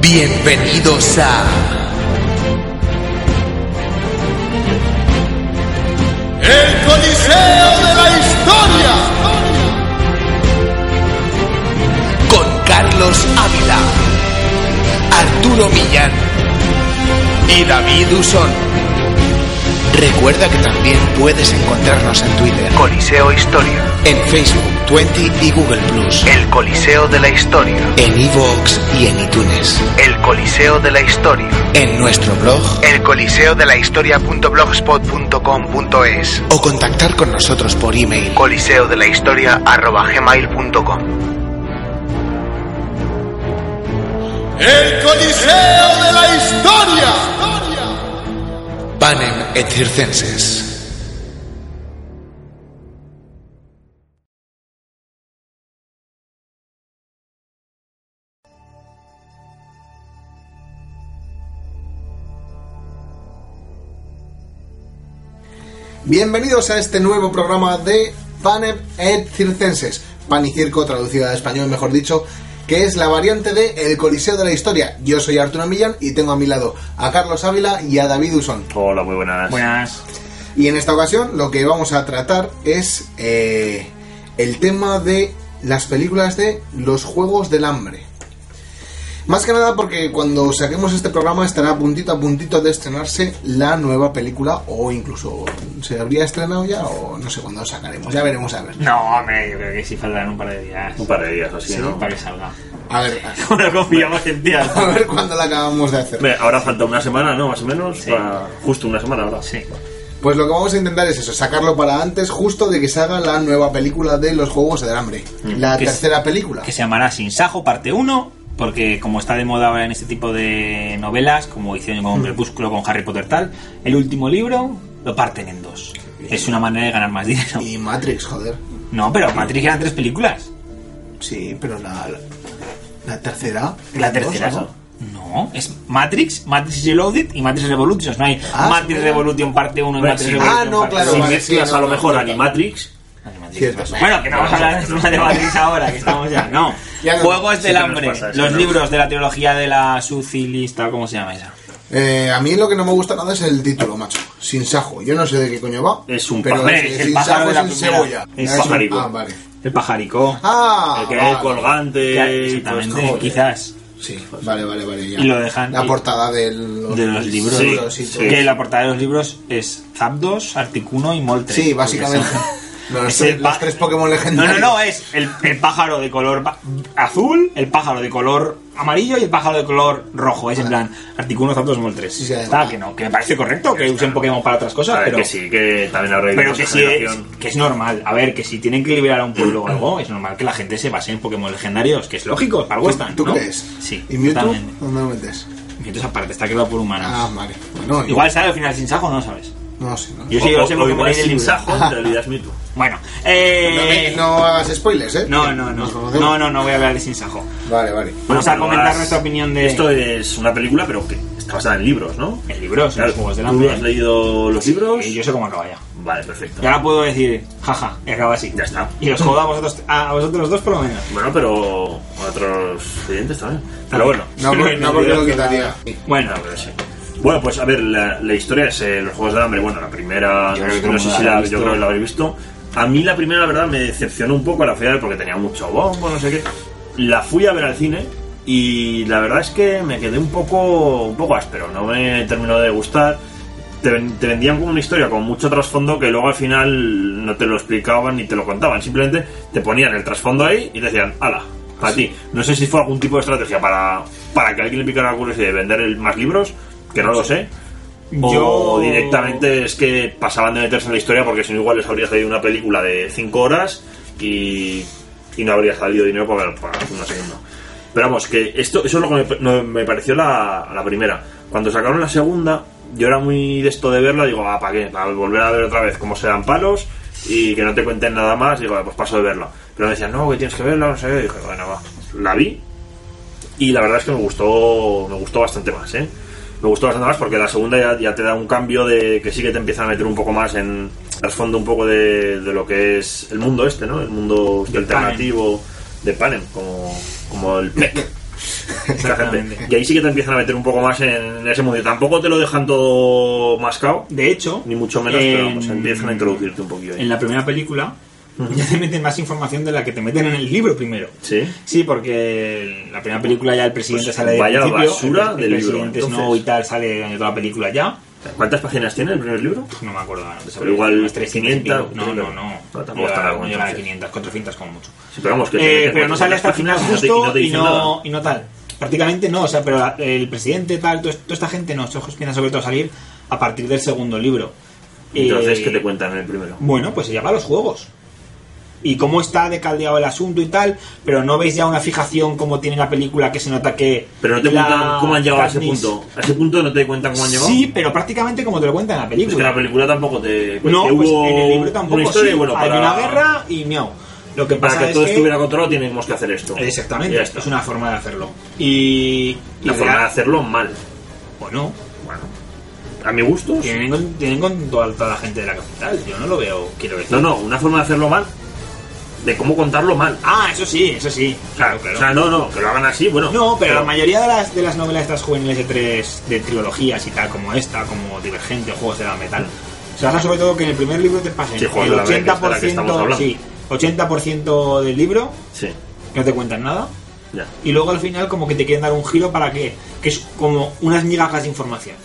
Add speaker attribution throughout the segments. Speaker 1: Bienvenidos a
Speaker 2: El Coliseo de la Historia.
Speaker 1: con Carlos Ávila, Arturo Millán y David Usón. Recuerda que también puedes encontrarnos en Twitter,
Speaker 3: Coliseo Historia,
Speaker 1: en Facebook, Twenty y Google Plus,
Speaker 3: el Coliseo de la Historia,
Speaker 1: en iVoox y en iTunes,
Speaker 3: el Coliseo de la Historia,
Speaker 1: en nuestro blog
Speaker 3: el Coliseo de la Historia.blogspot.com.es,
Speaker 1: o contactar con nosotros por email.
Speaker 3: Coliseo de la Historia arroba gmail.com.
Speaker 2: El Coliseo de la Historia.
Speaker 1: Panem et Circenses.
Speaker 4: Bienvenidos a este nuevo programa de Panem et Circenses, pan y circo traducido al español, mejor dicho, que es la variante de El Coliseo de la Historia. Yo soy Arturo Millán y tengo a mi lado a Carlos Ávila y a David Usón.
Speaker 5: Hola, muy buenas.
Speaker 6: Buenas.
Speaker 4: Y en esta ocasión lo que vamos a tratar es eh, el tema de las películas de los Juegos del Hambre. Más que nada porque cuando saquemos este programa estará puntito a puntito de estrenarse la nueva película o incluso se habría estrenado ya o no sé cuándo sacaremos, ya veremos a ver.
Speaker 6: No, hombre, yo creo que sí faltarán un par de días.
Speaker 5: Un par de días así,
Speaker 6: Sí,
Speaker 5: ¿no?
Speaker 6: para que salga.
Speaker 4: A ver,
Speaker 6: No confiamos en ti.
Speaker 4: a ver cuándo la acabamos de hacer.
Speaker 5: Hombre, ahora falta una semana, ¿no? Más o menos.
Speaker 6: Sí.
Speaker 5: para- Justo una semana ahora.
Speaker 6: Sí.
Speaker 4: Pues lo que vamos a intentar es eso, sacarlo para antes justo de que salga la nueva película de los Juegos del Hambre. La
Speaker 6: Mm, Que es-
Speaker 4: tercera película.
Speaker 6: Que se llamará Sin Sajo, parte 1. Porque como está de moda ahora en este tipo de novelas, como hicieron
Speaker 4: Mm.
Speaker 6: con Crepúsculo, con Harry Potter tal, el último libro lo parten en dos. Es una manera de ganar más dinero.
Speaker 4: Y Matrix, joder.
Speaker 6: No, pero Matrix eran tres películas.
Speaker 4: Sí, pero la, la, la tercera.
Speaker 6: La tercera.
Speaker 4: Dos, ¿no?
Speaker 6: No, es Matrix, Matrix Reloaded y Matrix Revolutions. No hay
Speaker 4: Ah,
Speaker 6: Matrix
Speaker 4: sí.
Speaker 6: Revolution parte 1 y
Speaker 5: Hombre,
Speaker 6: Matrix
Speaker 5: sí.
Speaker 6: Revolution
Speaker 4: Ah, no,
Speaker 6: parte
Speaker 4: claro,
Speaker 6: dos.
Speaker 5: si
Speaker 4: vale,
Speaker 5: mezclas
Speaker 4: sí, no,
Speaker 5: a lo
Speaker 4: no,
Speaker 5: mejor
Speaker 4: no, no.
Speaker 5: Animatrix,
Speaker 4: Cierto.
Speaker 6: Bueno, que no vamos a hablar encima de Matrix ahora, que estamos ya. No.
Speaker 4: Ya no.
Speaker 6: Juegos del
Speaker 5: Siempre nos
Speaker 6: hambre.
Speaker 5: pasa eso,
Speaker 6: Los
Speaker 5: ¿no?
Speaker 6: libros de la trilogía de la Sucilista, ¿cómo se llama esa?
Speaker 4: Eh, a mí lo que no me gusta nada es el título, macho. Sin sajo. Yo no sé de qué coño va.
Speaker 5: Es un
Speaker 4: pero
Speaker 5: pájaro,
Speaker 4: es-
Speaker 6: es el
Speaker 4: sin
Speaker 6: pájaro
Speaker 4: sajo
Speaker 6: de la
Speaker 4: sin
Speaker 6: primera.
Speaker 4: cebolla.
Speaker 5: Es
Speaker 4: un-
Speaker 5: pájarico.
Speaker 4: Ah, vale.
Speaker 6: El pajarico.
Speaker 4: Ah,
Speaker 5: el que
Speaker 4: vale.
Speaker 5: hay colgante.
Speaker 6: Que-
Speaker 5: y todo esto.
Speaker 6: Exactamente,
Speaker 4: joder.
Speaker 6: quizás.
Speaker 4: Sí, vale, vale, vale. ya.
Speaker 6: Y lo dejan-
Speaker 4: La
Speaker 6: y-
Speaker 4: portada del-
Speaker 6: De los libros.
Speaker 5: Sí,
Speaker 4: y
Speaker 5: sí.
Speaker 4: todo.
Speaker 6: Que la portada de los libros es Zapdos, Articuno y Moltres.
Speaker 4: Sí, básicamente. Los,
Speaker 6: Es
Speaker 4: tres,
Speaker 6: el pa-
Speaker 4: los tres Pokémon
Speaker 6: No, no,
Speaker 4: legendarios.
Speaker 6: no, eh, es el, el pájaro de color ba- azul, el pájaro de color amarillo y el pájaro de color rojo. Es en plan Articuno, Zapdos, Moltres.
Speaker 4: Sí, sí,
Speaker 6: Está, que no, que me parece correcto que usen Pokémon para otras
Speaker 5: A
Speaker 6: cosas,
Speaker 5: ver,
Speaker 6: pero...
Speaker 5: que sí, que también habrá
Speaker 6: Pero
Speaker 5: ido
Speaker 6: que
Speaker 5: esa
Speaker 6: sí es,
Speaker 5: generación.
Speaker 6: que es normal. A ver, que si tienen que liberar a un pueblo o algo, es normal que la gente se base en Pokémon legendarios, que es lógico, para algo están.
Speaker 4: ¿Tú
Speaker 6: ¿no?
Speaker 4: crees?
Speaker 6: Sí,
Speaker 4: ¿Y Mewtwo?
Speaker 6: totalmente.
Speaker 4: ¿Dónde lo metes?
Speaker 6: Mewtwo aparte está creado por humanos.
Speaker 4: Ah, vale. Bueno,
Speaker 6: Igual sale al final sin sajo, no lo sabes.
Speaker 4: No sé, ¿no?
Speaker 6: Yo sí que
Speaker 5: O-
Speaker 6: lo sé
Speaker 5: o
Speaker 6: porque
Speaker 5: igual
Speaker 6: me leí
Speaker 5: es
Speaker 6: el
Speaker 5: sin
Speaker 6: libro.
Speaker 5: sajo, en realidad es Mewtwo.
Speaker 6: Bueno,
Speaker 4: No,
Speaker 6: eh...
Speaker 4: me- no hagas spoilers, ¿eh?
Speaker 6: No, no, no.
Speaker 4: Nos conocemos.
Speaker 6: No, no, no voy a hablar de sin sajo.
Speaker 4: Vale, vale.
Speaker 6: Vamos a
Speaker 5: pero
Speaker 6: comentar
Speaker 5: has-
Speaker 6: nuestra opinión de-
Speaker 5: Esto es una película, pero que está basada en libros, ¿no?
Speaker 6: En libros, en
Speaker 5: Claro,
Speaker 6: los juegos del
Speaker 5: ¿Tú has
Speaker 6: hambre.
Speaker 5: leído los libros?
Speaker 6: Y Eh, yo sé cómo acaba ya.
Speaker 5: Vale, perfecto.
Speaker 6: Y ahora puedo decir, jaja, y acaba así.
Speaker 5: Ya está.
Speaker 6: Y los jodo a vosotros, a vosotros los dos por lo menos.
Speaker 5: Bueno, pero otros clientes también. Pero bueno.
Speaker 4: No, porque- no porque lo quitaría.
Speaker 6: Bueno,
Speaker 5: Ah, pero sí. Bueno, pues a ver, la, la historia es eh, los Juegos del Hambre. Bueno, la primera,
Speaker 6: Yo
Speaker 5: no,
Speaker 6: creo que todo el
Speaker 5: sé
Speaker 6: mundo
Speaker 5: si
Speaker 6: la
Speaker 5: la,
Speaker 6: habrá
Speaker 5: yo
Speaker 6: visto.
Speaker 5: creo que la habréis visto. A mí la primera, la verdad, me decepcionó un poco a la final porque tenía mucho bombo, no sé qué. La fui a ver al cine y la verdad es que me quedé un poco, un poco áspero. No me terminó de gustar. Te, ven- te vendían como una historia con mucho trasfondo que luego al final no te lo explicaban ni te lo contaban. Simplemente te ponían el trasfondo ahí y te decían, ala, para ti. No sé si fue algún tipo de estrategia para, para que alguien le picara la curiosidad de vender el- más libros, que no lo sé. O
Speaker 6: Yo-
Speaker 5: directamente es que pasaban de meterse en la historia porque si no igual les habría salido una película de 5 horas y, y no habría salido dinero para, para una segunda. Pero vamos, que esto, eso es lo que me, no, me pareció la, la primera. Cuando sacaron la segunda, yo era muy de esto de verla, digo, ah, ¿para qué? Para volver a ver otra vez cómo se dan palos y que no te cuenten nada más, digo, "Ah, pues paso de verla. Pero me decían, no, que tienes que verla, no sé qué, y dije, bueno, va. La vi y la verdad es que me gustó me gustó bastante más ¿eh? me gustó bastante más porque la segunda ya, ya te da un cambio de que sí que te empiezan a meter un poco más en al fondo un poco de, de lo que es el mundo este no el mundo este
Speaker 6: Panem.
Speaker 5: alternativo de Panem como, como el PEC Exactamente. Y ahí sí que te empiezan a meter un poco más en ese mundo. Tampoco te lo dejan todo mascado,
Speaker 6: De hecho,
Speaker 5: ni mucho menos, pero
Speaker 6: en-
Speaker 5: pues, empiezan a introducirte un poquillo ahí.
Speaker 6: en la primera película ya te meten más información de la que te meten en el libro primero.
Speaker 5: Sí.
Speaker 6: Sí, porque la primera película ya el presidente
Speaker 5: Pues
Speaker 6: sale de
Speaker 5: vaya
Speaker 6: principio,
Speaker 5: basura
Speaker 6: el,
Speaker 5: del libro,
Speaker 6: presidente Snow
Speaker 5: entonces.
Speaker 6: y tal sale en toda la película ya.
Speaker 5: ¿Cuántas páginas tiene el primer libro?
Speaker 6: Pf, No me acuerdo. ahora,
Speaker 5: Pero igual
Speaker 6: unas 300 y
Speaker 5: 500,
Speaker 6: pico. No, no, no.
Speaker 5: Pero tampoco
Speaker 6: Llega-
Speaker 5: está largo,
Speaker 6: no llegan a
Speaker 5: entonces.
Speaker 6: 500, 400 como mucho.
Speaker 5: Sí, pero vamos, que
Speaker 6: Eh,
Speaker 5: te meten
Speaker 6: pero no sale hasta el
Speaker 5: cuatro
Speaker 6: final
Speaker 5: páginas y no
Speaker 6: justo
Speaker 5: te
Speaker 6: y
Speaker 5: dicen
Speaker 6: no,
Speaker 5: nada.
Speaker 6: y no tal. Prácticamente no, o sea, pero la- el presidente tal, todo- toda esta gente no, estos empiezan sobre todo a salir a partir del segundo libro.
Speaker 5: Entonces,
Speaker 6: Eh,
Speaker 5: ¿qué te cuentan en el primero?
Speaker 6: Bueno, pues se llama los juegos. Y cómo está decaldeado el asunto y tal, pero no veis ya una fijación como tiene la película que se nota que.
Speaker 5: Pero no te
Speaker 6: la-
Speaker 5: cuentan cómo han llegado a ese
Speaker 6: Katniss-
Speaker 5: punto. A ese punto no te cuentan cómo han llegado.
Speaker 6: Sí, pero prácticamente como te lo cuentan en la película.
Speaker 5: Es que la película tampoco te. pues,
Speaker 6: no,
Speaker 5: que
Speaker 6: pues
Speaker 5: hubo
Speaker 6: en el libro tampoco.
Speaker 5: Una historia, y
Speaker 6: sí,
Speaker 5: bueno,
Speaker 6: hay
Speaker 5: para,
Speaker 6: una guerra y miau. Lo que
Speaker 5: Para
Speaker 6: pasa
Speaker 5: que
Speaker 6: es
Speaker 5: todo
Speaker 6: que-
Speaker 5: estuviera controlado, tenemos que hacer esto.
Speaker 6: Exactamente,
Speaker 5: Ya está.
Speaker 6: es una forma de hacerlo. Y.
Speaker 5: La
Speaker 6: y
Speaker 5: forma de
Speaker 6: real-
Speaker 5: hacerlo mal.
Speaker 6: O no.
Speaker 5: Bueno, a mi gusto. sí.
Speaker 6: Tienen, con- tienen con toda, toda la gente de la capital. Yo no lo veo, quiero decir.
Speaker 5: No, no, una forma de hacerlo mal. De cómo contarlo mal.
Speaker 6: Ah, eso sí, eso sí. Claro, claro.
Speaker 5: O sea, no, no, que lo hagan así, bueno.
Speaker 6: No, pero la mayoría de las, de las novelas estas juveniles de tres, de trilogías y tal, como esta, como Divergente o Juegos de la Metal, se basan sobre todo que en el primer libro te pasen
Speaker 5: Sí,
Speaker 6: el
Speaker 5: Juegos de la Metal, que es de la que estamos
Speaker 6: 80%,
Speaker 5: hablando.
Speaker 6: sí, 80% del libro,
Speaker 5: Sí,
Speaker 6: no te cuentan nada,
Speaker 5: ya.
Speaker 6: y luego al final como que te quieren dar un giro para que, que es como unas migajas de información.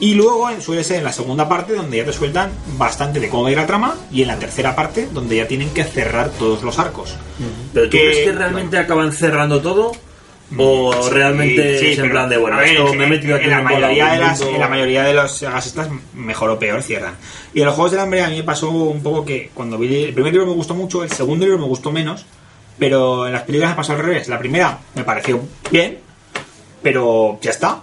Speaker 6: Y luego en- suele ser en la segunda parte donde ya te sueltan bastante de cómo va a ir la trama, y en la tercera parte donde ya tienen que cerrar todos los arcos.
Speaker 5: Pero ¿tú
Speaker 6: Que-
Speaker 5: crees que realmente acaban cerrando todo? ¿O
Speaker 6: Sí,
Speaker 5: realmente
Speaker 6: Mm. sí,
Speaker 5: es en
Speaker 6: pero,
Speaker 5: plan de, bueno,
Speaker 6: a ver,
Speaker 5: esto
Speaker 6: en-
Speaker 5: me he metido aquí
Speaker 6: en la
Speaker 5: un poco
Speaker 6: mayoría de las
Speaker 5: mundo?
Speaker 6: En la mayoría de las sagas estas, mejor o peor, cierran. Y en los Juegos del Hambre a mí me pasó un poco que cuando vi el primer libro me gustó mucho, el segundo libro me gustó menos, pero en las películas me pasó al revés. La primera me pareció bien, pero ya está.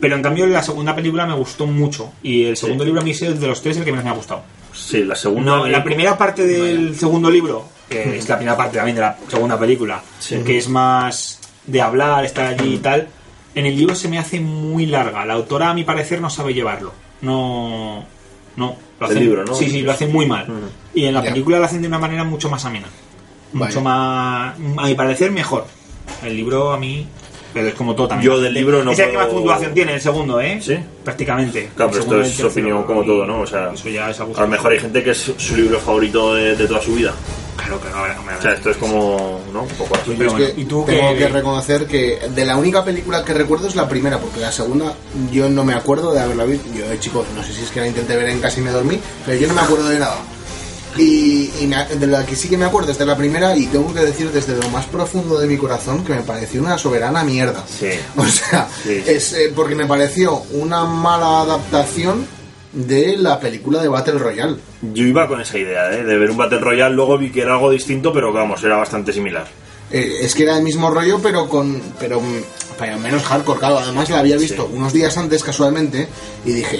Speaker 6: Pero en cambio la segunda película me gustó mucho y el segundo libro a mí es el de los tres el que menos me ha gustado.
Speaker 5: Sí, la segunda.
Speaker 6: No, la primera parte del segundo libro, que es la primera parte también de la segunda película,
Speaker 5: Sí.
Speaker 6: que es más de hablar, estar allí y tal, en el libro se me hace muy larga. La autora, a mi parecer, no sabe llevarlo. No. No. Lo
Speaker 5: El
Speaker 6: hacen,
Speaker 5: libro, ¿no?
Speaker 6: Sí, sí, lo hacen muy mal. Y en la
Speaker 4: Ya.
Speaker 6: película lo hacen de una manera mucho más amena. Mucho más. A mi parecer, mejor. El libro a mí. Pero es como todo también.
Speaker 5: Yo del libro no
Speaker 6: Es el que más
Speaker 5: puedo-
Speaker 6: puntuación tiene, el segundo, ¿eh?
Speaker 5: Sí.
Speaker 6: Prácticamente.
Speaker 5: Claro, pero
Speaker 6: El
Speaker 5: esto
Speaker 6: segundo y el
Speaker 5: es
Speaker 6: tercero,
Speaker 5: opinión como
Speaker 6: y-
Speaker 5: todo, ¿no? O sea,
Speaker 6: eso ya es a gusto.
Speaker 5: a lo mejor hay gente que es su libro favorito de, de toda su vida.
Speaker 6: Claro, claro, habrá- habrá-
Speaker 5: O sea, esto es como, ¿no? Un poco así.
Speaker 6: Pero
Speaker 4: Pero es
Speaker 6: bueno,
Speaker 4: que
Speaker 6: ¿y tú
Speaker 4: tengo
Speaker 6: qué-
Speaker 4: que reconocer que de la única película que recuerdo es la primera, porque la segunda yo no me acuerdo de haberla visto. Yo, chicos, no sé si es que la intenté ver en casa y me dormí, pero yo no me acuerdo de nada. Y, y me- de la que sí que me acuerdo es de la primera y tengo que decir desde lo más profundo de mi corazón que me pareció una soberana mierda.
Speaker 5: Sí.
Speaker 4: O sea,
Speaker 5: Sí.
Speaker 4: es eh, porque me pareció una mala adaptación de la película de Battle Royale.
Speaker 5: Yo iba con esa idea, ¿eh? De ver un Battle Royale, luego vi que era algo distinto, pero vamos, era bastante similar.
Speaker 4: Eh, es que era el mismo rollo, pero con. Pero, mm, pero menos hardcore, claro. Además, la había visto
Speaker 5: Sí.
Speaker 4: unos días antes casualmente y dije,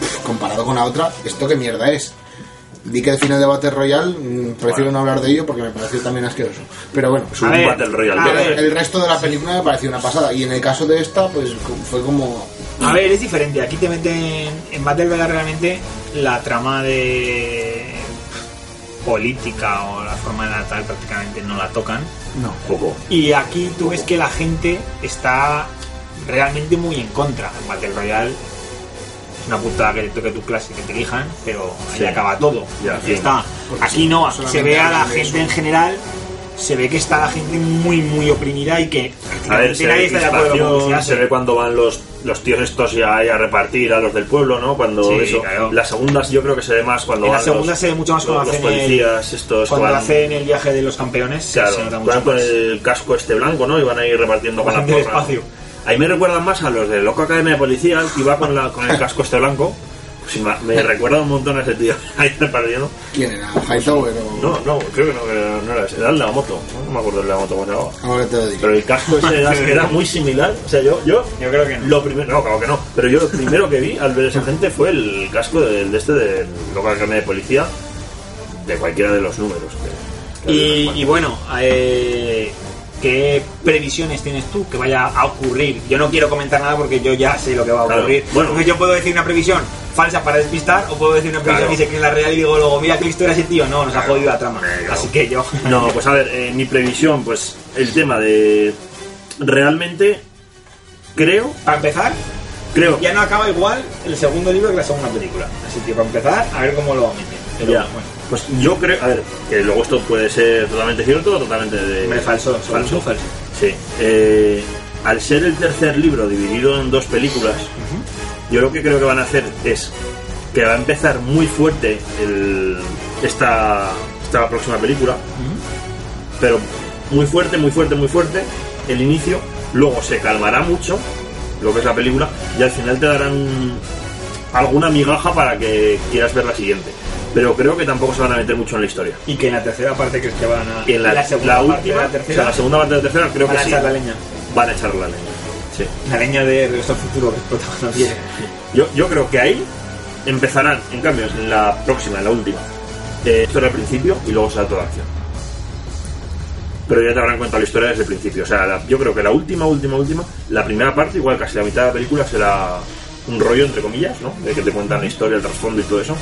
Speaker 4: "Pff, comparado con la otra, ¿esto qué mierda es? Vi que el final de Battle Royale, mm, prefiero
Speaker 5: Bueno.
Speaker 4: no hablar de ello porque me pareció también asqueroso. Pero bueno,
Speaker 5: Es un
Speaker 6: ver,
Speaker 5: Battle Royale.
Speaker 6: a
Speaker 5: pero-
Speaker 6: ver.
Speaker 4: el resto de la película me pareció una pasada. Y en el caso de esta, pues co- fue como.
Speaker 6: A ver, es diferente. Aquí te meten en Battle Royale realmente la trama de política o la forma de la tal prácticamente no la tocan.
Speaker 4: No.
Speaker 5: Poco.
Speaker 6: Y aquí tú ves que la gente está realmente muy en contra. En Battle Royale es una putada que te toque tu clase que te elijan, pero ahí
Speaker 5: Sí.
Speaker 6: acaba todo.
Speaker 5: Ya,
Speaker 6: Aquí
Speaker 5: sí.
Speaker 6: está.
Speaker 4: Porque
Speaker 6: Aquí no,
Speaker 4: solamente
Speaker 6: se ve a la
Speaker 4: hablan de
Speaker 6: gente
Speaker 4: eso.
Speaker 6: en general, se ve que está la gente muy, muy oprimida y que
Speaker 5: A ver,
Speaker 6: prácticamente
Speaker 5: se ve,
Speaker 6: nadie está de acuerdo con lo que se
Speaker 5: crispación,
Speaker 6: hace.
Speaker 5: se ve cuando van los, los tíos estos ya ahí a repartir a los del pueblo, ¿no? Cuando
Speaker 6: Sí,
Speaker 5: eso.
Speaker 6: claro.
Speaker 5: Las segundas yo creo que se ve más cuando
Speaker 6: En la
Speaker 5: van
Speaker 6: segunda
Speaker 5: los,
Speaker 6: se ve mucho más cuando
Speaker 5: los, los
Speaker 6: hacen el-
Speaker 5: policías estos que
Speaker 6: Cuando
Speaker 5: van-
Speaker 6: hacen el viaje de los campeones,
Speaker 5: Claro,
Speaker 6: se nota mucho
Speaker 5: van con
Speaker 6: más.
Speaker 5: el casco este blanco, ¿no? Y van a ir repartiendo con la
Speaker 6: Bastante
Speaker 5: porra.
Speaker 6: despacio.
Speaker 5: Ahí me recuerdan más a los de Loco Academia de Policía, el que iba con, la, con el casco este blanco. Pues me, me recuerda un montón a ese tío ahí repartiendo.
Speaker 4: ¿Quién era? ¿Hightower o.?
Speaker 5: No, no, creo que no, que no era ese. Era el de la moto. No, No me acuerdo el de la moto cómo se llamaba.
Speaker 4: Ahora te lo digo.
Speaker 5: Pero el casco ese era, era muy similar. O sea, yo, yo,
Speaker 6: Yo creo que no.
Speaker 5: Lo primero, no, claro que no. Pero yo lo primero que vi al ver esa gente fue el casco del de este de local de policía de cualquiera de los números. que- que
Speaker 6: Y,
Speaker 5: había.
Speaker 6: y bueno, eh, ¿qué previsiones tienes tú que vaya a ocurrir? Yo no quiero comentar nada porque yo ya sé lo que va a
Speaker 5: Claro.
Speaker 6: ocurrir.
Speaker 5: Bueno.
Speaker 6: Entonces yo puedo decir una previsión. falsa para despistar o puedo decir una premisa
Speaker 5: Claro.
Speaker 6: que sé que es la real y digo luego, mira qué listo era ese tío. No, nos ha
Speaker 5: Claro.
Speaker 6: jodido la trama.
Speaker 5: Venga.
Speaker 6: Así que yo...
Speaker 5: No, pues a ver, eh, mi previsión, pues el tema de. Realmente. Creo.
Speaker 6: Para empezar,
Speaker 5: Creo.
Speaker 6: ya no acaba igual el segundo libro que la segunda película. Así que para empezar, a ver cómo lo meten. Pero
Speaker 5: Ya.
Speaker 6: bueno,
Speaker 5: Pues yo creo. A ver, que luego esto puede ser totalmente cierto o totalmente de.
Speaker 6: hombre, falso,
Speaker 5: Falso.
Speaker 6: falso, falso.
Speaker 5: Sí. Eh, al ser el tercer libro dividido en dos películas, yo lo que creo que van a hacer es que va a empezar muy fuerte el- esta, esta próxima película, pero muy fuerte, muy fuerte, muy fuerte el inicio, luego se calmará mucho lo que es la película y al final te darán alguna migaja para que quieras ver la siguiente. Pero creo que tampoco se van a meter mucho en la historia.
Speaker 6: Y que en la tercera parte crees que van a...
Speaker 5: Y en la,
Speaker 6: segunda
Speaker 5: la
Speaker 6: parte
Speaker 5: última,
Speaker 6: de la
Speaker 5: o sea,
Speaker 6: tercera,
Speaker 5: la segunda parte de la tercera creo
Speaker 6: van
Speaker 5: que
Speaker 6: a
Speaker 5: sí.
Speaker 6: echar la leña.
Speaker 5: Van a echar la leña. Sí.
Speaker 6: La leña de Regreso al Futuro que explota cuando quiere.
Speaker 5: Yo, yo creo que ahí empezarán, en cambio, en la próxima, en la última. eh, esto era el principio y luego será toda acción. Pero ya te habrán contado la historia desde el principio. O sea, la- yo creo que la última, última, última, la primera parte, igual casi la mitad de la película, será un rollo, entre comillas, ¿no? De que te cuentan la historia, el trasfondo y todo eso.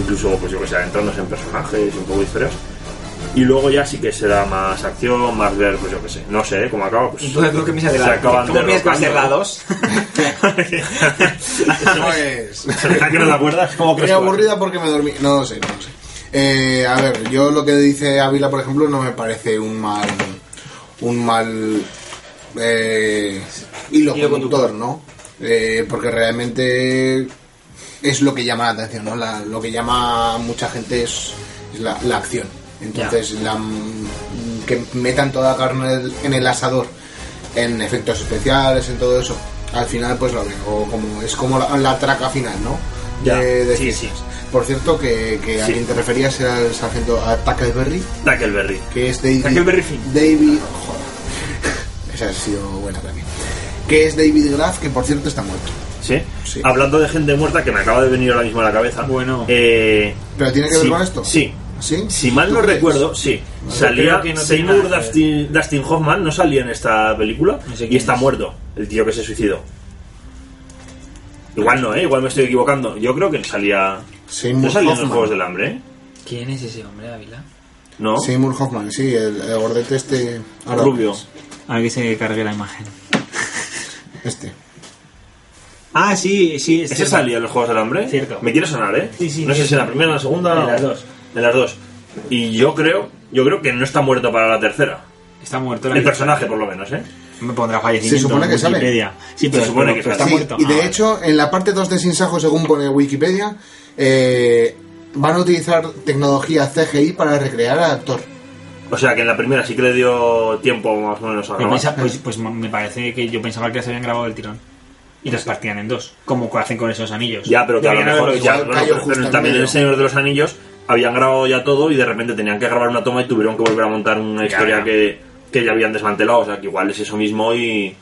Speaker 5: Incluso, pues yo que sé, adentrándose en personajes y un poco de historias. Y luego ya sí que será más acción, más ver, pues yo que sé. No sé, ¿eh? cómo acaba, pues.
Speaker 6: Entonces creo que me
Speaker 5: Se
Speaker 6: sale la...
Speaker 5: acaban
Speaker 6: ¿Cómo piensas que va a ser la
Speaker 5: derrocando.
Speaker 6: 2?
Speaker 4: Pues.
Speaker 5: ¿A que no te acuerdas? ¿Cómo
Speaker 4: Muy
Speaker 5: crees? que va?
Speaker 4: aburrida porque me dormí. No lo sé, no lo sé. Eh, a ver, yo lo que dice Ávila, por ejemplo, no me parece un mal. Un mal. eh, hilo,
Speaker 6: Hilo
Speaker 4: conductor,
Speaker 6: conductor.
Speaker 4: ¿no? Eh, porque realmente es lo que llama la atención, ¿no? La- lo que llama a mucha gente es, es la, la acción. Entonces, la, mm, que metan toda la carne en el- en el asador, en efectos especiales, en todo eso, al final pues lo veo como es como la, la traca final, ¿no?
Speaker 5: Ya,
Speaker 4: De- de
Speaker 5: sí,
Speaker 4: fiestas. Por cierto, que, que a
Speaker 5: Sí.
Speaker 4: quien te referías era el sargento a Tackleberry,
Speaker 5: Tackleberry.
Speaker 4: que es David...
Speaker 6: Tackleberry Finn.
Speaker 4: David... Joder. Esa ha sido buena también. Que es David Graff, que por cierto está muerto.
Speaker 5: ¿Sí?
Speaker 4: Sí.
Speaker 5: Hablando de gente muerta que me acaba de venir ahora mismo a la cabeza.
Speaker 6: Bueno.
Speaker 5: Eh,
Speaker 4: ¿Pero tiene que ver
Speaker 5: sí,
Speaker 4: con esto?
Speaker 5: Sí.
Speaker 4: ¿Sí?
Speaker 5: Si mal
Speaker 4: ¿Tú
Speaker 5: no
Speaker 4: crees?
Speaker 5: recuerdo, sí.
Speaker 6: creo
Speaker 5: Salía
Speaker 6: que no tiene
Speaker 5: Seymour
Speaker 6: nada que
Speaker 5: Dustin, Dustin Hoffman, no salía en esta película
Speaker 6: No sé
Speaker 5: y
Speaker 6: quién
Speaker 5: está
Speaker 6: es.
Speaker 5: muerto, el tío que se suicidó. Igual no, ¿eh? Igual me estoy equivocando. Yo creo que salía...
Speaker 4: Seymour
Speaker 5: No salía en los
Speaker 4: Hoffman.
Speaker 5: Juegos del Hambre, ¿eh?
Speaker 6: ¿Quién es ese hombre, Ávila?
Speaker 5: ¿No?
Speaker 4: Seymour Hoffman, sí, el, el gordete este... ahora-
Speaker 5: Rubio.
Speaker 6: A Ah, que se cargue la imagen.
Speaker 4: Este.
Speaker 6: Ah, sí, sí. Es
Speaker 5: ¿Ese
Speaker 6: cierto.
Speaker 5: salía en los Juegos del Hambre?
Speaker 6: Cierto.
Speaker 5: Me quiere sonar, ¿eh?
Speaker 6: Sí, sí.
Speaker 5: No sé si en la primera, en la segunda...
Speaker 6: En
Speaker 5: o-
Speaker 6: las dos.
Speaker 5: En las dos. Y yo creo, yo creo que no está muerto para la tercera.
Speaker 6: Está muerto.
Speaker 5: El personaje, por lo menos, ¿eh?
Speaker 6: Me pondrá fallecimiento.
Speaker 4: Se supone
Speaker 6: en
Speaker 4: que sale.
Speaker 6: Wikipedia. Sí, pero,
Speaker 5: Se supone que
Speaker 6: pero está
Speaker 5: sale.
Speaker 4: Sí,
Speaker 6: muerto.
Speaker 4: Y de
Speaker 6: Ah,
Speaker 4: hecho, en la parte 2 de Sin Sajo, según pone Wikipedia, eh, van a utilizar tecnología CGI para recrear al actor.
Speaker 5: O sea, que en la primera sí que le dio tiempo más o menos a
Speaker 6: Yo
Speaker 5: grabar.
Speaker 6: pensa- pues, pues me parece que yo pensaba que las habían grabado del tirón. Y las partían en dos. Como hacen con esos anillos.
Speaker 5: Ya, pero que a lo
Speaker 6: Deberían
Speaker 5: mejor...
Speaker 6: haberlo
Speaker 5: ya,
Speaker 6: igual.
Speaker 5: bueno,
Speaker 4: cayó
Speaker 5: pero-
Speaker 4: justo
Speaker 5: pero
Speaker 4: en
Speaker 5: también en
Speaker 4: medio.
Speaker 5: El Señor de los Anillos habían grabado ya todo y de repente tenían que grabar una toma y tuvieron que volver a montar una historia
Speaker 6: ya.
Speaker 5: Que, que ya habían desmantelado. O sea, que igual es eso mismo y,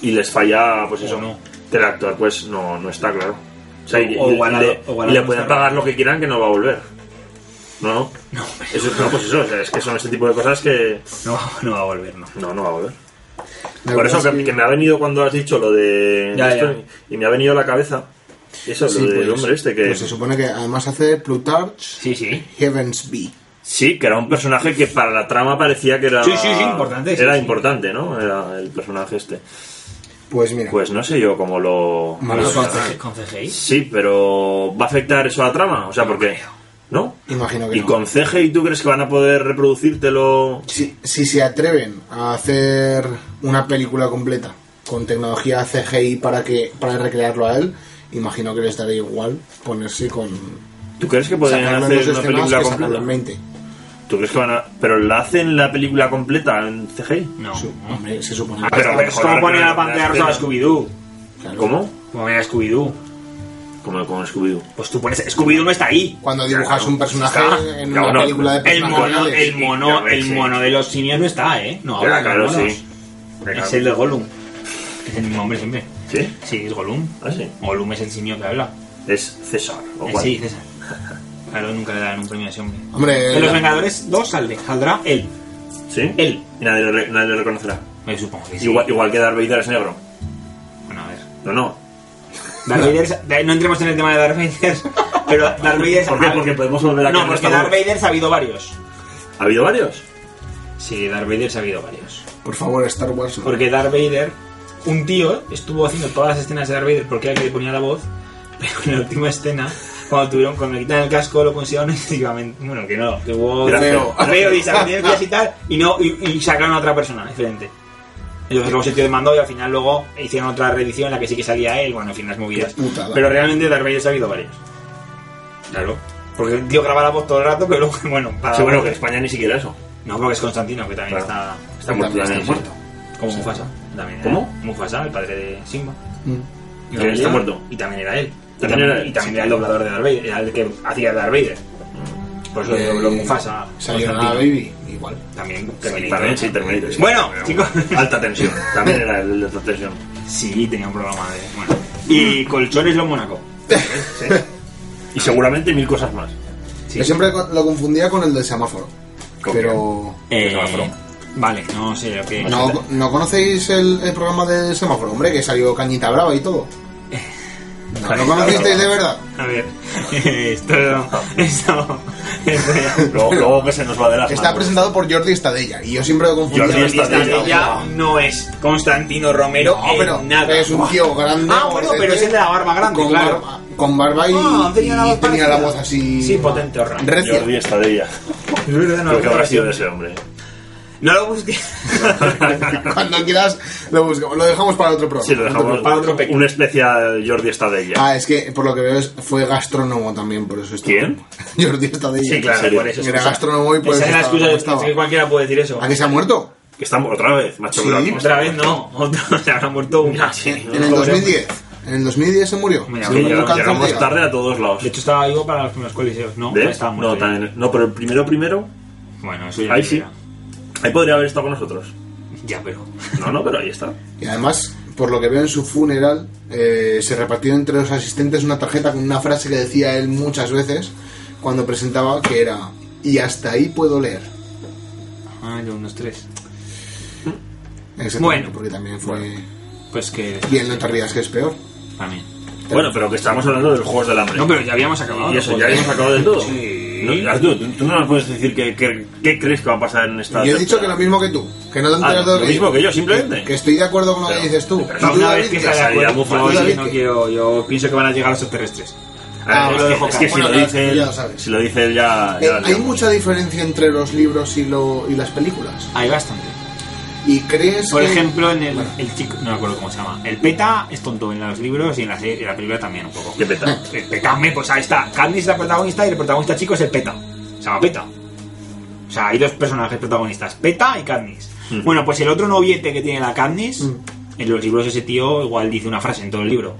Speaker 5: y les falla, pues eso.
Speaker 6: O no.
Speaker 5: Que el actor, pues, no, no está claro. O sea, y,
Speaker 6: O- o
Speaker 5: y-
Speaker 6: igual
Speaker 5: le,
Speaker 6: algo- o igual
Speaker 5: y le
Speaker 6: algo
Speaker 5: pueden
Speaker 6: está
Speaker 5: pagar lo que quieran que no va a volver. No, no. Eso, no, pues eso, o sea, es que son este tipo de cosas que...
Speaker 6: No, no va a volver, no.
Speaker 5: No, no va a volver.
Speaker 4: La
Speaker 5: Por
Speaker 4: verdad
Speaker 5: eso que,
Speaker 4: es que-
Speaker 5: que me ha venido cuando has dicho lo de
Speaker 6: Ya,
Speaker 5: esto,
Speaker 6: ya.
Speaker 5: y me ha venido a la cabeza eso,
Speaker 4: Sí,
Speaker 5: lo del
Speaker 4: pues,
Speaker 5: hombre este que
Speaker 4: pues se supone que además hace Plutarch
Speaker 6: Sí, sí.
Speaker 4: Heavens Be.
Speaker 5: sí, que era un personaje que para la trama parecía que era
Speaker 6: Sí, sí, sí, importante, sí,
Speaker 5: era
Speaker 6: sí.
Speaker 5: importante, ¿no? Era el personaje este.
Speaker 4: Pues mira,
Speaker 5: Pues no sé yo cómo lo
Speaker 4: Malo
Speaker 5: lo-
Speaker 4: con
Speaker 6: ¿Con,
Speaker 4: CGI.
Speaker 6: con CGI?
Speaker 5: Sí, pero va a afectar eso a la trama, o sea, porque ¿no?
Speaker 4: imagino que
Speaker 5: Y
Speaker 4: no.
Speaker 5: con CGI tú crees que van a poder reproducírtelo
Speaker 4: Si, si se atreven a hacer una película completa con tecnología CGI para que para recrearlo a él, imagino que les daría igual ponerse con
Speaker 5: ¿Tú crees que pueden
Speaker 4: sacarlo en los
Speaker 5: hacer una
Speaker 4: escenas
Speaker 5: película
Speaker 4: que sacarlo
Speaker 5: completa?
Speaker 4: en 20.
Speaker 5: ¿Tú crees que van a pero la hacen la película completa en CGI?
Speaker 6: No.
Speaker 4: Su- hombre, se supone
Speaker 5: Ah,
Speaker 4: que
Speaker 5: pero
Speaker 4: está-
Speaker 5: mejor.
Speaker 6: es como poner a la
Speaker 5: Mejorar
Speaker 6: pantalla
Speaker 5: la
Speaker 6: rosa a
Speaker 5: escena.
Speaker 6: Scooby-Doo.
Speaker 4: claro.
Speaker 5: ¿Cómo?
Speaker 6: Como poner a Scooby-Doo.
Speaker 5: Como con Scooby-Doo.
Speaker 6: Pues tú pones. Scooby-Doo no está ahí.
Speaker 4: Cuando dibujas un personaje
Speaker 5: Está.
Speaker 4: en una
Speaker 5: Ya, bueno,
Speaker 4: película de
Speaker 6: El
Speaker 4: personajes
Speaker 6: mono,
Speaker 4: reales.
Speaker 6: el mono, el mono de los simios no está, ¿eh? No,
Speaker 5: Ya,
Speaker 6: habla
Speaker 5: claro,
Speaker 6: de monos.
Speaker 5: sí.
Speaker 6: Es el de Gollum. Es el mismo hombre siempre.
Speaker 5: ¿Sí?
Speaker 6: Sí, es Gollum.
Speaker 5: Ah, sí.
Speaker 6: Gollum es el simio que habla.
Speaker 5: Es César. ¿o
Speaker 6: Eh,
Speaker 5: cuál?
Speaker 6: Sí, César. Claro, nunca le darán un premio a ese hombre.
Speaker 4: Hombre,
Speaker 6: En los
Speaker 4: la-
Speaker 6: Vengadores 2 saldrá, saldrá él.
Speaker 5: ¿Sí?
Speaker 6: Él.
Speaker 5: Y nadie lo, re- nadie lo reconocerá.
Speaker 6: Me supongo que sí.
Speaker 5: Igual, igual que Darth Vader es negro.
Speaker 6: Bueno, a ver.
Speaker 5: No, no.
Speaker 6: Darth Vader es- da- no entremos en el tema de Darth Vader, pero Darth Vader... es-
Speaker 5: ¿Por qué? Porque podemos volver a
Speaker 6: No,
Speaker 5: caer en
Speaker 6: porque
Speaker 5: esta
Speaker 6: Darth
Speaker 5: duda.
Speaker 6: Vader ha habido varios.
Speaker 5: ¿Ha habido varios?
Speaker 6: Sí, Darth Vader ha habido varios.
Speaker 4: Por favor, Star Wars. no.
Speaker 6: Porque Darth Vader, un tío estuvo haciendo todas las escenas de Darth Vader porque era el que le ponía la voz, pero en la última escena, cuando tuvieron, cuando le quitan el casco, lo consideraron excesivamente. Bueno, que no, que hubo
Speaker 5: Era
Speaker 4: feo.
Speaker 6: feo y disabilidades y tal, y no, y, y sacaron a otra persona diferente. Entonces luego se tío demandó y al final luego hicieron otra reedición en la que sí que salía él, bueno, en fin, las movidas.
Speaker 4: Qué putada.
Speaker 6: Pero realmente Darth Vader se ha habido varios. Claro. Porque el tío grababa la voz todo el rato, pero luego, bueno, para...
Speaker 5: Sí, bueno, que en España ni siquiera eso.
Speaker 6: No, porque es Constantino, que también
Speaker 5: Claro.
Speaker 6: está...
Speaker 5: Está muerto.
Speaker 4: También
Speaker 5: también,
Speaker 4: está
Speaker 5: sí.
Speaker 4: muerto.
Speaker 6: Como Mufasa. También era
Speaker 5: ¿Cómo?
Speaker 6: Mufasa, el padre de Simba.
Speaker 4: Mm.
Speaker 6: Y
Speaker 5: Que
Speaker 6: también
Speaker 5: está
Speaker 6: era-
Speaker 5: muerto.
Speaker 6: Y también era él. Y
Speaker 5: También era él,
Speaker 6: y también
Speaker 5: sí.
Speaker 6: era el doblador de Darth Vader. Era el que hacía Darth Vader. Por eso
Speaker 4: Eh,
Speaker 6: dobló Mufasa.
Speaker 4: Sayonara
Speaker 6: Constantino.
Speaker 5: ¿eh?
Speaker 4: Baby, igual.
Speaker 6: También
Speaker 5: Y
Speaker 6: Terminator.
Speaker 5: También sí, Terminator. sí.
Speaker 6: Bueno,
Speaker 5: Pero
Speaker 6: chicos.
Speaker 5: Alta tensión. También era el de alta tensión.
Speaker 6: Sí, tenía un programa de... Bueno. Y Colchones lo Mónaco.
Speaker 5: Y seguramente mil cosas más.
Speaker 6: Sí.
Speaker 4: Yo siempre co- lo confundía con el del semáforo.
Speaker 5: ¿Con
Speaker 4: Pero.
Speaker 6: Eh,
Speaker 5: Semáforo.
Speaker 6: vale, no sé, ok.
Speaker 4: ¿No, ¿no conocéis el, el programa del semáforo? Hombre, que salió Cañita Brava y todo. ¿No lo conocisteis de verdad?
Speaker 6: A ver, esto, esto, esto-
Speaker 5: Luego, luego que se nos va de las
Speaker 4: Está
Speaker 5: manos.
Speaker 4: presentado por Jordi Estadella y yo siempre lo confundía.
Speaker 5: Jordi
Speaker 4: con
Speaker 5: Estadella.
Speaker 6: Ella no es Constantino Romero
Speaker 4: No,
Speaker 6: en
Speaker 4: pero
Speaker 6: nada.
Speaker 4: es un tío grande.
Speaker 6: Ah, bueno, pero
Speaker 4: gordete,
Speaker 6: es el de la barba grande,
Speaker 4: con
Speaker 6: claro.
Speaker 4: barba- con barba y,
Speaker 6: Ah, tenía la voz
Speaker 4: y tenía la
Speaker 6: parecida.
Speaker 4: voz así.
Speaker 6: Sí, potente, horror.
Speaker 4: Recia.
Speaker 5: Jordi está de ella.
Speaker 6: Es verdad,
Speaker 5: Lo que habrá sido de ese hombre.
Speaker 6: No lo busqué.
Speaker 4: Cuando quieras lo buscamos. Lo dejamos para otro programa.
Speaker 5: Sí, lo dejamos
Speaker 6: para otro pequeño.
Speaker 5: Un especial Jordi está de ella.
Speaker 4: Ah, es que por lo que veo es- fue gastrónomo también, por eso está.
Speaker 5: ¿Quién?
Speaker 4: Jordi Estadella.
Speaker 5: Sí, claro, por eso
Speaker 4: Era
Speaker 5: excusa.
Speaker 4: gastrónomo y por eso
Speaker 6: Esa es la
Speaker 4: estaba
Speaker 6: excusa
Speaker 4: como
Speaker 6: de
Speaker 4: estaba.
Speaker 6: es que cualquiera puede decir eso.
Speaker 4: ¿A que se ha muerto?
Speaker 5: Que estamos otra vez, macho.
Speaker 4: Sí,
Speaker 5: Brown.
Speaker 6: Otra vez no, otra se habrá muerto una.
Speaker 5: sí.
Speaker 4: En el 2010. En el 2010 se murió.
Speaker 6: Mira,
Speaker 4: Se
Speaker 5: Que
Speaker 6: Sí,
Speaker 4: murió
Speaker 5: llegamos-
Speaker 4: un cáncer
Speaker 5: llegamos
Speaker 4: de hígado.
Speaker 5: tarde a todos lados.
Speaker 6: De hecho estaba vivo para los primeros coliseos, ¿no?
Speaker 5: ¿Ves?
Speaker 6: Estaba
Speaker 5: No,
Speaker 6: muerto ya.
Speaker 5: también- no, pero el primero, primero,
Speaker 6: Bueno, eso ya
Speaker 5: ahí
Speaker 6: no
Speaker 5: sí.
Speaker 6: era.
Speaker 5: Ahí podría haber estado con nosotros.
Speaker 6: Ya, pero...
Speaker 5: No, no, pero ahí está.
Speaker 4: Y además, por lo que veo en su funeral, eh, se repartió entre los asistentes una tarjeta con una frase que decía él muchas veces cuando presentaba que era y hasta ahí puedo leer.
Speaker 6: Ah, yo unos tres.
Speaker 4: Exactamente,
Speaker 6: Bueno.
Speaker 4: porque también fue
Speaker 6: Pues que...
Speaker 4: bien no te rías que es peor.
Speaker 6: También.
Speaker 5: Bueno, pero que estamos hablando de los juegos del hambre.
Speaker 6: No, pero ya habíamos acabado.
Speaker 5: Y eso,
Speaker 6: ¿no?
Speaker 5: ya hemos acabado del todo.
Speaker 6: Sí.
Speaker 5: No, ya, tú, tú no nos puedes decir qué qué- qué crees que va a pasar en esta.
Speaker 4: Yo he
Speaker 5: tercera.
Speaker 4: dicho que lo mismo que tú, que no te
Speaker 5: Ah,
Speaker 4: enteras de
Speaker 5: lo
Speaker 4: digo.
Speaker 5: mismo que yo, simplemente.
Speaker 4: Que, que estoy de acuerdo con lo
Speaker 5: Pero-
Speaker 4: que dices tú.
Speaker 5: pero
Speaker 4: ¿Y tú,
Speaker 6: una
Speaker 4: David,
Speaker 6: vez que
Speaker 4: qué?
Speaker 5: se
Speaker 6: salga
Speaker 5: salirá muy
Speaker 6: acuerdo,
Speaker 4: fácil.
Speaker 6: Pues yo no quiero, yo pienso que van a llegar los extraterrestres.
Speaker 5: Ah,
Speaker 4: Ah, lo
Speaker 5: es que-
Speaker 4: dejo
Speaker 5: es que si
Speaker 4: claro.
Speaker 5: lo
Speaker 4: Bueno,
Speaker 5: dice
Speaker 4: ya
Speaker 5: él,
Speaker 4: lo sabes.
Speaker 5: si lo dice él ya.
Speaker 4: Eh,
Speaker 5: ya
Speaker 4: hay
Speaker 5: digamos.
Speaker 4: mucha diferencia entre los libros y, lo, y las películas.
Speaker 6: Hay bastante.
Speaker 4: ¿Y crees
Speaker 6: Por
Speaker 4: que-
Speaker 6: ejemplo, en el,
Speaker 4: Bueno.
Speaker 6: el chico, no me acuerdo cómo se llama. El PETA es tonto en los libros y en la, serie, en la película también un poco.
Speaker 5: Qué peta.
Speaker 6: El PETAME, pues ahí está. Candice es la protagonista y el protagonista chico es el PETA. Se llama PETA. O sea, hay dos personajes protagonistas, PETA y Candice.
Speaker 5: Mm.
Speaker 6: Bueno, pues el otro noviete que tiene la Candice, en los libros ese tío igual dice una frase en todo el libro.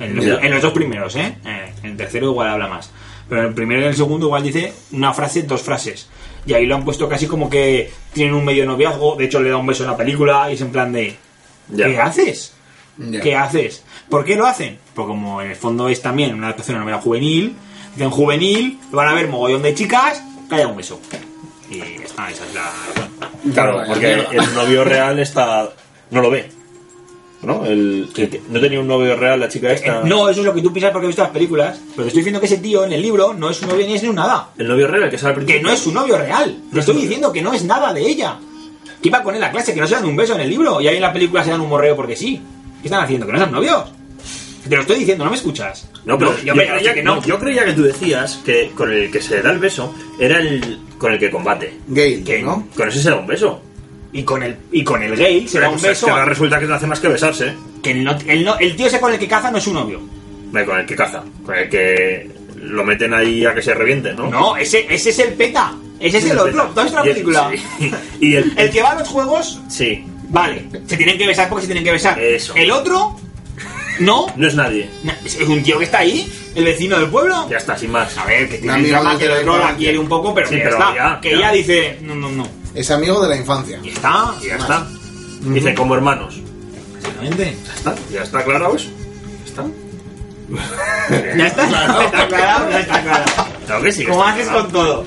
Speaker 6: En los,
Speaker 5: Ya.
Speaker 6: en los dos primeros, ¿eh? Eh, En el tercero igual habla más. Pero en el primero y en el segundo igual dice una frase, dos frases. Y ahí lo han puesto casi como que tienen un medio noviazgo. De hecho, le da un beso en la película y es en plan de...
Speaker 5: Ya.
Speaker 6: ¿Qué haces?
Speaker 4: Ya.
Speaker 6: ¿Qué haces? ¿Por qué lo hacen? Pues como en el fondo es también una adaptación a una novela juvenil, dicen juvenil, van a ver mogollón de chicas, calla un beso. Y ya está, esa es la razón.
Speaker 5: Claro,
Speaker 4: Vaya
Speaker 5: porque
Speaker 4: mierda.
Speaker 5: el novio real está. No lo ve. ¿No? El, el- no tenía un novio real la chica esta.
Speaker 6: Eh, No, eso es lo que tú piensas porque has visto las películas, pero te estoy diciendo que ese tío en el libro no es su novio ni es ni un nada.
Speaker 5: El novio real, que sale al
Speaker 6: Que
Speaker 5: principio.
Speaker 6: no es su novio real. Te
Speaker 5: No es su
Speaker 6: estoy
Speaker 5: novio.
Speaker 6: diciendo que no es nada de ella. Que iba con él a clase, que no se dan un beso en el libro y ahí en la película se dan un morreo porque sí. ¿Qué están haciendo? ¿Que no son novios? Te lo estoy diciendo, no me escuchas.
Speaker 5: No, pero
Speaker 6: yo, creía que no.
Speaker 5: yo creía que tú decías que con el que se da el beso era el con el que combate.
Speaker 4: Gale,
Speaker 6: que-
Speaker 4: ¿no?
Speaker 5: Con ese se da un beso.
Speaker 6: Y con el, y con el gay se da
Speaker 5: Pero,
Speaker 6: un
Speaker 5: pues, es
Speaker 6: beso.
Speaker 5: que ahora resulta que no hace más que besarse.
Speaker 6: Que el, no- el no- el tío ese con el que caza no es su novio.
Speaker 5: Vale, Con el que caza. Con el que lo meten ahí a que se reviente, ¿no?
Speaker 6: No, ese, ese es el peta. Ese es el otro. ¿Dónde está la
Speaker 5: Y el-
Speaker 6: película?
Speaker 5: sí. Y el.
Speaker 6: El que va a los juegos,
Speaker 5: Sí.
Speaker 6: vale. Se tienen que besar porque se tienen que besar.
Speaker 5: Eso.
Speaker 6: El otro, no.
Speaker 5: No es nadie.
Speaker 6: Na- Es un tío que está ahí, el vecino del pueblo.
Speaker 5: Ya está, sin más.
Speaker 6: A ver, que
Speaker 4: Un
Speaker 6: tiene el
Speaker 4: amigo
Speaker 6: drama
Speaker 4: que
Speaker 6: que el
Speaker 4: te
Speaker 6: otro la
Speaker 4: conoce.
Speaker 6: quiere un poco, pero
Speaker 5: Sí,
Speaker 6: que ya
Speaker 5: pero
Speaker 6: está.
Speaker 5: ya,
Speaker 6: que
Speaker 5: ya.
Speaker 6: ella dice, no, no, no.
Speaker 4: Es amigo de la infancia.
Speaker 6: Y está.
Speaker 5: Y ya está. Dice, como hermanos.
Speaker 6: Exactamente.
Speaker 5: Ya está. Ya está claro, pues. ¿Está?
Speaker 6: Ya está. Está claro, ya está claro.
Speaker 5: Claro que sí. que
Speaker 6: Como
Speaker 5: está
Speaker 6: haces
Speaker 5: claro.
Speaker 6: con todo.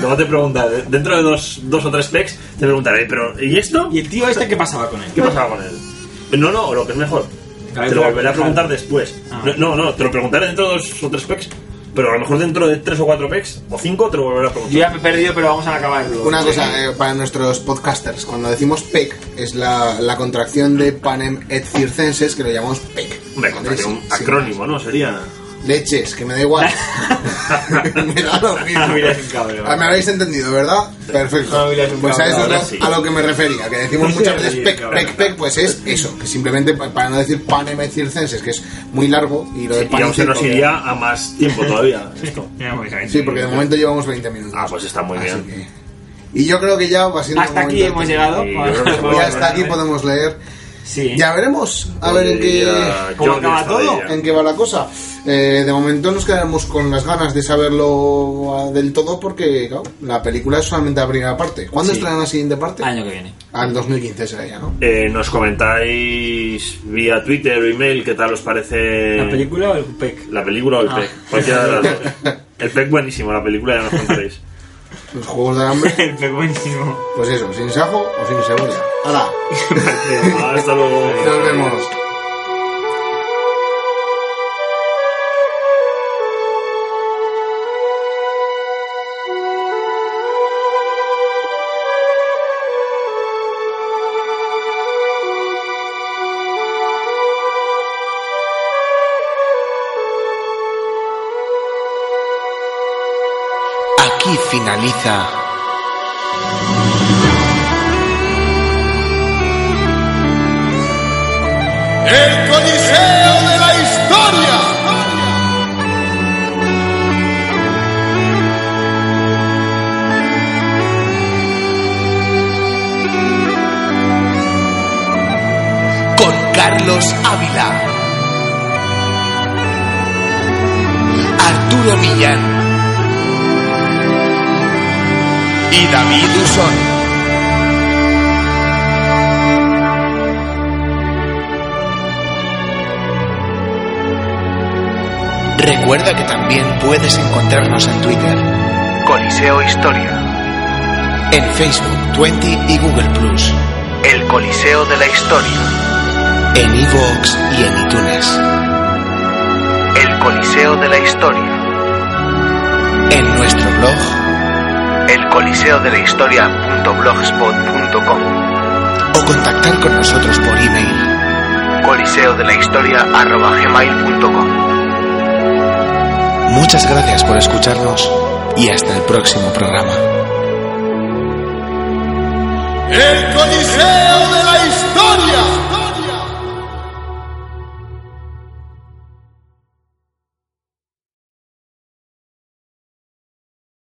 Speaker 5: Luego te preguntaré, dentro de dos, dos o tres pecs, te preguntaré, pero ¿y esto?
Speaker 6: ¿Y el tío este qué pasaba con él?
Speaker 5: ¿Qué pasaba con él? No, no, o lo que es mejor. Te lo volveré a preguntar después.
Speaker 6: Ah.
Speaker 5: No, no, te lo preguntaré dentro de dos o tres packs. Pero a lo mejor dentro de tres o cuatro packs o cinco te lo volveré a
Speaker 6: Yo
Speaker 5: preguntar.
Speaker 6: ya me he perdido, pero vamos a acabarlo.
Speaker 4: Una cosa eh, para nuestros podcasters, cuando decimos PEC es la, la contracción de Panem et Circenses, que lo llamamos PEC.
Speaker 5: Hombre, contrario, un
Speaker 4: Sí, sí.
Speaker 5: acrónimo, ¿no? Sería.
Speaker 4: Leches, que me da igual. me da lo mismo.
Speaker 6: No miráis un cabrón.
Speaker 4: Ah, Me habéis entendido, ¿verdad? Perfecto.
Speaker 6: No miráis un
Speaker 4: pues a
Speaker 6: cabrón,
Speaker 4: eso es
Speaker 5: ahora
Speaker 4: lo-
Speaker 5: sí.
Speaker 4: a lo que me refería, que decimos
Speaker 6: No
Speaker 4: muchas
Speaker 6: sé,
Speaker 4: veces
Speaker 6: sí,
Speaker 4: pec,
Speaker 6: cabrón.
Speaker 4: pec, pec, pues es eso, que simplemente pa- para no decir panem et circenses, que es muy largo, y lo de
Speaker 5: Y
Speaker 4: panem
Speaker 5: aún se nos
Speaker 4: circo-
Speaker 5: iría a más tiempo todavía. Esto.
Speaker 6: Ya, pues, ahí
Speaker 4: Sí, porque de momento llevamos 20 minutos.
Speaker 5: Ah, pues está muy
Speaker 4: Así
Speaker 5: bien.
Speaker 4: que- Y yo creo que ya va siendo
Speaker 6: Hasta aquí
Speaker 4: momento de
Speaker 6: hemos
Speaker 4: terminar.
Speaker 6: llegado.
Speaker 5: Sí, yo creo
Speaker 6: pues,
Speaker 5: que
Speaker 4: Ya hasta aquí podemos leer.
Speaker 6: Sí.
Speaker 4: Ya veremos. A ver en
Speaker 5: Oye,
Speaker 4: qué,
Speaker 5: ya,
Speaker 6: ¿Cómo
Speaker 5: Jordi
Speaker 6: acaba
Speaker 5: está
Speaker 6: todo?
Speaker 5: de ella.
Speaker 4: en qué va la cosa. Eh, de momento nos quedamos con las ganas de saberlo ah, del todo porque claro, la película es solamente la primera parte. ¿Cuándo
Speaker 6: Sí.
Speaker 4: estrenan la siguiente parte? Ah,
Speaker 6: Año que viene.
Speaker 4: Al 2015 será ya, ¿no?
Speaker 5: Eh, nos comentáis vía Twitter o email qué tal os parece
Speaker 6: ¿La película o el PEC?
Speaker 5: la película o el
Speaker 6: Ah.
Speaker 5: PEC. Cualquiera de las dos. El PEC buenísimo, la película ya nos contaréis.
Speaker 4: Los juegos de hambre.
Speaker 6: El PEC buenísimo.
Speaker 4: Pues eso, sin sajo o sin cebolla. ¡Hala!
Speaker 5: Hasta luego.
Speaker 4: Nos vemos.
Speaker 1: Aquí finaliza
Speaker 2: El Coliseo de la Historia.
Speaker 1: con Carlos Ávila. Arturo Millán. Y David Usón. Recuerda que también puedes encontrarnos en Twitter,
Speaker 3: Coliseo Historia.
Speaker 1: en Facebook, Twenty y Google Plus,
Speaker 3: El Coliseo de la Historia.
Speaker 1: en iVoox y en iTunes.
Speaker 3: El Coliseo de la Historia.
Speaker 1: En nuestro blog
Speaker 3: El Coliseo de la Historia.blogspot.com.
Speaker 1: o contactar con nosotros por email.
Speaker 3: Coliseo de la Historia. arroba gmail.com.
Speaker 1: Muchas gracias por escucharnos y hasta el próximo programa.
Speaker 2: El Coliseo de la